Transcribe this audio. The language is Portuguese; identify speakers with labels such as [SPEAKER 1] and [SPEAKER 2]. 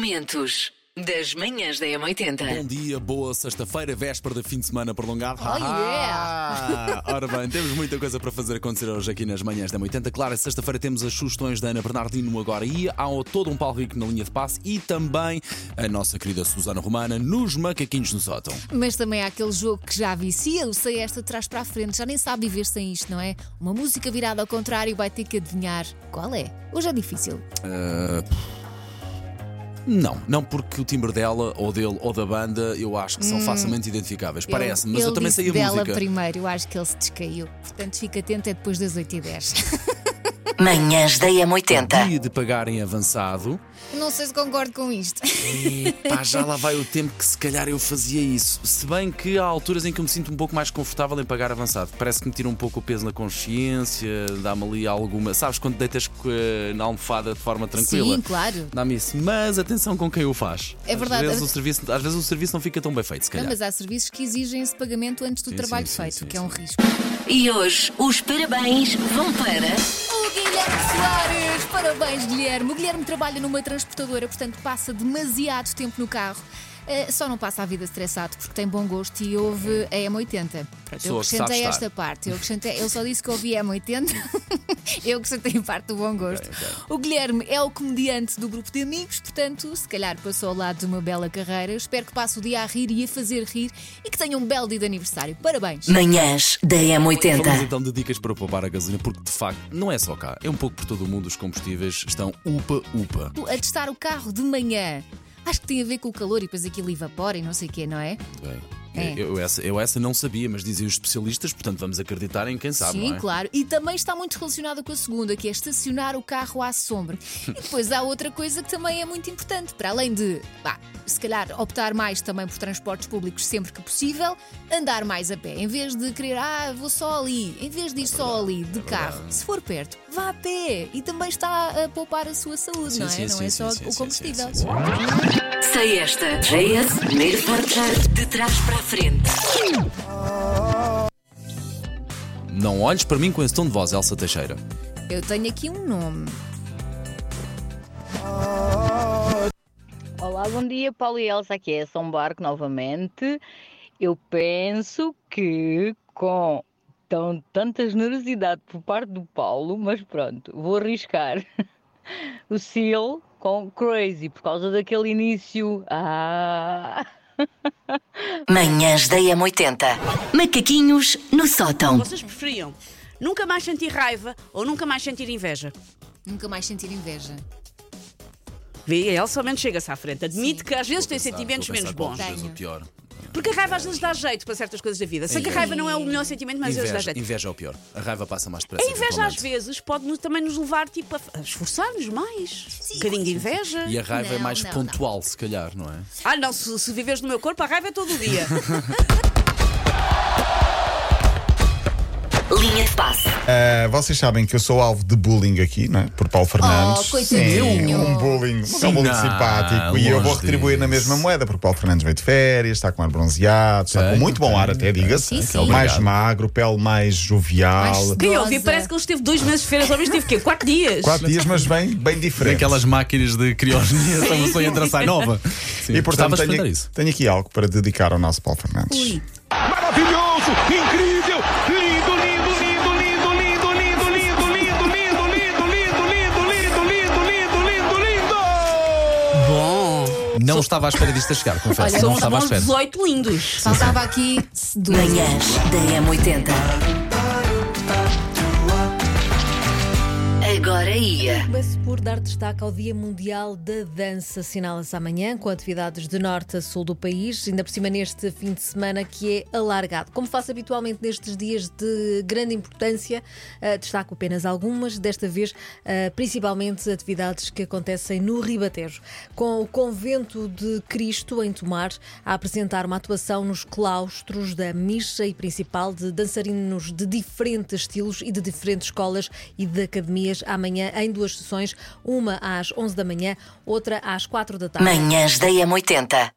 [SPEAKER 1] Momentos das manhãs da
[SPEAKER 2] Bom
[SPEAKER 1] M80.
[SPEAKER 2] dia, boa sexta-feira, véspera de fim de semana prolongado.
[SPEAKER 3] Oh,
[SPEAKER 2] yeah! Ora bem, temos muita coisa para fazer acontecer hoje aqui nas manhãs da 80. Claro, sexta-feira temos as sugestões da Ana Bernardino no agora e há o- todo um Paulo Rico na linha de passe e também a nossa querida Susana Romana nos macaquinhos no sótão.
[SPEAKER 3] Mas também há aquele jogo que já vicia, o sei esta traz para a frente, já nem sabe viver sem isto, não é? Uma música virada ao contrário vai ter que adivinhar qual é. Hoje é difícil.
[SPEAKER 2] Ah, Não, não porque o timbre dela, ou dele, ou da banda, eu acho que são facilmente identificáveis. Parece-me, mas
[SPEAKER 3] Hum. Ele
[SPEAKER 2] eu também
[SPEAKER 3] disse
[SPEAKER 2] sei a
[SPEAKER 3] dela
[SPEAKER 2] música.
[SPEAKER 3] primeiro, eu acho que ele se descaiu. Portanto, fica atento, é depois das 8h10.
[SPEAKER 1] Manhãs da M80.
[SPEAKER 2] Dia de pagar em avançado.
[SPEAKER 3] não sei se concordo com isto.
[SPEAKER 2] Pá, já lá vai o tempo que se calhar eu fazia isso. Se bem que há alturas em que eu me sinto um pouco mais confortável em pagar avançado. Parece que me tira um pouco o peso na consciência, dá-me ali alguma. Sabes quando deitas eh, na almofada de forma tranquila?
[SPEAKER 3] Sim, claro.
[SPEAKER 2] Dá-me isso. Mas atenção com quem o faz.
[SPEAKER 3] É verdade.
[SPEAKER 2] Às vezes, o serviço, às vezes o serviço não fica tão bem feito, se
[SPEAKER 3] Não,
[SPEAKER 2] calhar.
[SPEAKER 3] mas há serviços que exigem esse pagamento antes do
[SPEAKER 2] Sim,
[SPEAKER 3] trabalho
[SPEAKER 2] sim, sim,
[SPEAKER 3] feito,
[SPEAKER 2] sim,
[SPEAKER 3] que é um risco.
[SPEAKER 1] E hoje os parabéns vão para.
[SPEAKER 3] O Guilherme Soares! Parabéns, Guilherme! O Guilherme trabalha numa transportadora, portanto passa demasiado tempo no carro. Eh, só não passa a vida estressado porque tem bom gosto e ouve a M80. Pronto, eu
[SPEAKER 2] Pessoa que sabe
[SPEAKER 3] acrescentei
[SPEAKER 2] estar.
[SPEAKER 3] esta parte. Eu acrescentei, ele só disse que ouvia a M80. eu acrescentei a parte do bom gosto. O Guilherme é o comediante do grupo de amigos, portanto, se calhar passou ao lado de uma bela carreira. Espero que passe o dia a rir e a fazer rir e que tenha um belo dia de aniversário. Parabéns!
[SPEAKER 1] Manhãs da
[SPEAKER 2] Falamos
[SPEAKER 1] M80.
[SPEAKER 2] então de dicas para poupar a gasolina, porque de facto não é só cá, é um pouco por todo o mundo os combustíveis estão upa-upa.
[SPEAKER 3] a testar o carro de manhã. Acho que tem a ver com o calor e depois aquilo evapora e não sei o quê, não é?
[SPEAKER 2] Bem,
[SPEAKER 3] É.
[SPEAKER 2] Eu, essa, eu essa não sabia, mas dizem os especialistas, portanto vamos acreditar em quem sabe,
[SPEAKER 3] Sim,
[SPEAKER 2] não é?
[SPEAKER 3] claro. E também está muito relacionado com a segunda, que é estacionar o carro à sombra. E depois há outra coisa que também é muito importante, para além de, pá, se calhar optar mais também por transportes públicos sempre que possível, andar mais a pé. Em vez de querer, ah, vou só ali, em vez de ir
[SPEAKER 2] É
[SPEAKER 3] só ali de carro, se for perto, vá a pé. E também está a poupar a sua saúde,
[SPEAKER 2] Sim,
[SPEAKER 3] não é?
[SPEAKER 2] sim,
[SPEAKER 3] não
[SPEAKER 2] sim, sim,
[SPEAKER 3] é só
[SPEAKER 2] sim,
[SPEAKER 3] o
[SPEAKER 2] sim,
[SPEAKER 3] combustível.
[SPEAKER 2] sim, sim, sim.
[SPEAKER 1] Sei esta. JS, primeiro portar de trás para a frente.
[SPEAKER 2] Não olhes para mim com esse tom de voz, Elsa Teixeira.
[SPEAKER 3] Eu tenho aqui um nome.
[SPEAKER 4] Olá, bom dia, Paulo e Elsa, aqui é São Barco novamente. Eu penso que com tão, tanta generosidade por parte do Paulo, mas pronto, vou arriscar o Seal com Crazy, por causa daquele início. Ah!
[SPEAKER 1] Manhãs da M80. Macaquinhos no sótão.
[SPEAKER 5] Vocês preferiam nunca mais sentir raiva ou nunca mais sentir inveja?
[SPEAKER 3] Nunca mais sentir inveja.
[SPEAKER 5] Vê, ele somente chega-se à frente. Admite que às vezes tem
[SPEAKER 2] Pensar,
[SPEAKER 5] sentimentos
[SPEAKER 2] estou a
[SPEAKER 5] menos
[SPEAKER 2] pensar
[SPEAKER 5] bons.
[SPEAKER 2] duas vezes
[SPEAKER 3] Tenho.
[SPEAKER 2] O pior.
[SPEAKER 5] Porque a raiva às vezes dá jeito para certas coisas da vida. Sei que a raiva não é o melhor sentimento, mas às vezes dá
[SPEAKER 2] Inveja,
[SPEAKER 5] jeito.
[SPEAKER 2] inveja é o pior. A raiva passa mais
[SPEAKER 5] A
[SPEAKER 2] depressa.
[SPEAKER 5] inveja às
[SPEAKER 2] eventualmente.
[SPEAKER 5] vezes pode nos- também nos levar tipo, a a esforçar-nos mais. um bocadinho de inveja.
[SPEAKER 2] E a raiva é
[SPEAKER 3] Não,
[SPEAKER 2] mais
[SPEAKER 3] não,
[SPEAKER 2] pontual, se calhar, não é?
[SPEAKER 5] Ah, não, se, se viveres no meu corpo, a raiva é todo o dia.
[SPEAKER 1] Linha de passe.
[SPEAKER 6] Uh, vocês sabem que eu sou alvo de bullying aqui, não é? Por Paulo Fernandes.
[SPEAKER 3] coitadinho.
[SPEAKER 6] Sim, um bullying, mas é um bullying
[SPEAKER 2] Oh, Não,
[SPEAKER 6] simpático. E eu vou
[SPEAKER 2] longe
[SPEAKER 6] retribuir na
[SPEAKER 2] disso.
[SPEAKER 6] mesma moeda, porque Paulo Fernandes veio de férias, está com ar bronzeado, está
[SPEAKER 2] Ok,
[SPEAKER 6] com muito
[SPEAKER 2] ok,
[SPEAKER 6] bom ar, até diga-se. É
[SPEAKER 3] Sim, sim.
[SPEAKER 6] Mais
[SPEAKER 2] Obrigado.
[SPEAKER 6] magro, pele mais
[SPEAKER 3] Mais
[SPEAKER 6] jovial.
[SPEAKER 5] Quem ouve?
[SPEAKER 3] Goza.
[SPEAKER 5] E Parece que ele esteve dois meses de férias, ou menos esteve o quê? Quatro dias?
[SPEAKER 6] Quatro dias, mas bem, bem diferente.
[SPEAKER 2] Aquelas máquinas de criogenia, estamos a entrar sai nova. Sim,
[SPEAKER 6] E
[SPEAKER 2] gostavas
[SPEAKER 6] portanto,
[SPEAKER 2] de
[SPEAKER 6] tenho,
[SPEAKER 2] experimentar isso.
[SPEAKER 6] tenho aqui algo para dedicar ao nosso Paulo Fernandes.
[SPEAKER 7] Maravilhoso, incrível, lindo, lindo, lindo, lindo, lindo, lindo, lindo, lindo, lindo, lindo, lindo, lindo, lindo, lindo, lindo, lindo, lindo.
[SPEAKER 2] Não estava à espera disto a chegar, confesso.
[SPEAKER 3] Olha,
[SPEAKER 2] não
[SPEAKER 5] São uns
[SPEAKER 2] estava à
[SPEAKER 5] bons
[SPEAKER 2] espera.
[SPEAKER 5] 18 lindos.
[SPEAKER 3] Faltava aqui duas.
[SPEAKER 1] Manhãs da M80. Agora ia.
[SPEAKER 8] Começo por dar destaque ao Dia Mundial da Dança. Assinala-se amanhã, com atividades de norte a sul do país, ainda por cima neste fim de semana que é alargado. Como faço habitualmente nestes dias de grande importância, eh, destaco apenas algumas, desta vez eh, principalmente atividades que acontecem no Ribatejo, com o Convento de Cristo em Tomar a apresentar uma atuação nos claustros da Missa e Principal de dançarinos de diferentes estilos e de diferentes escolas e de academias amanhã em duas sessões, uma às 11 da manhã, outra às 4 da tarde.
[SPEAKER 1] Manhãs da M80.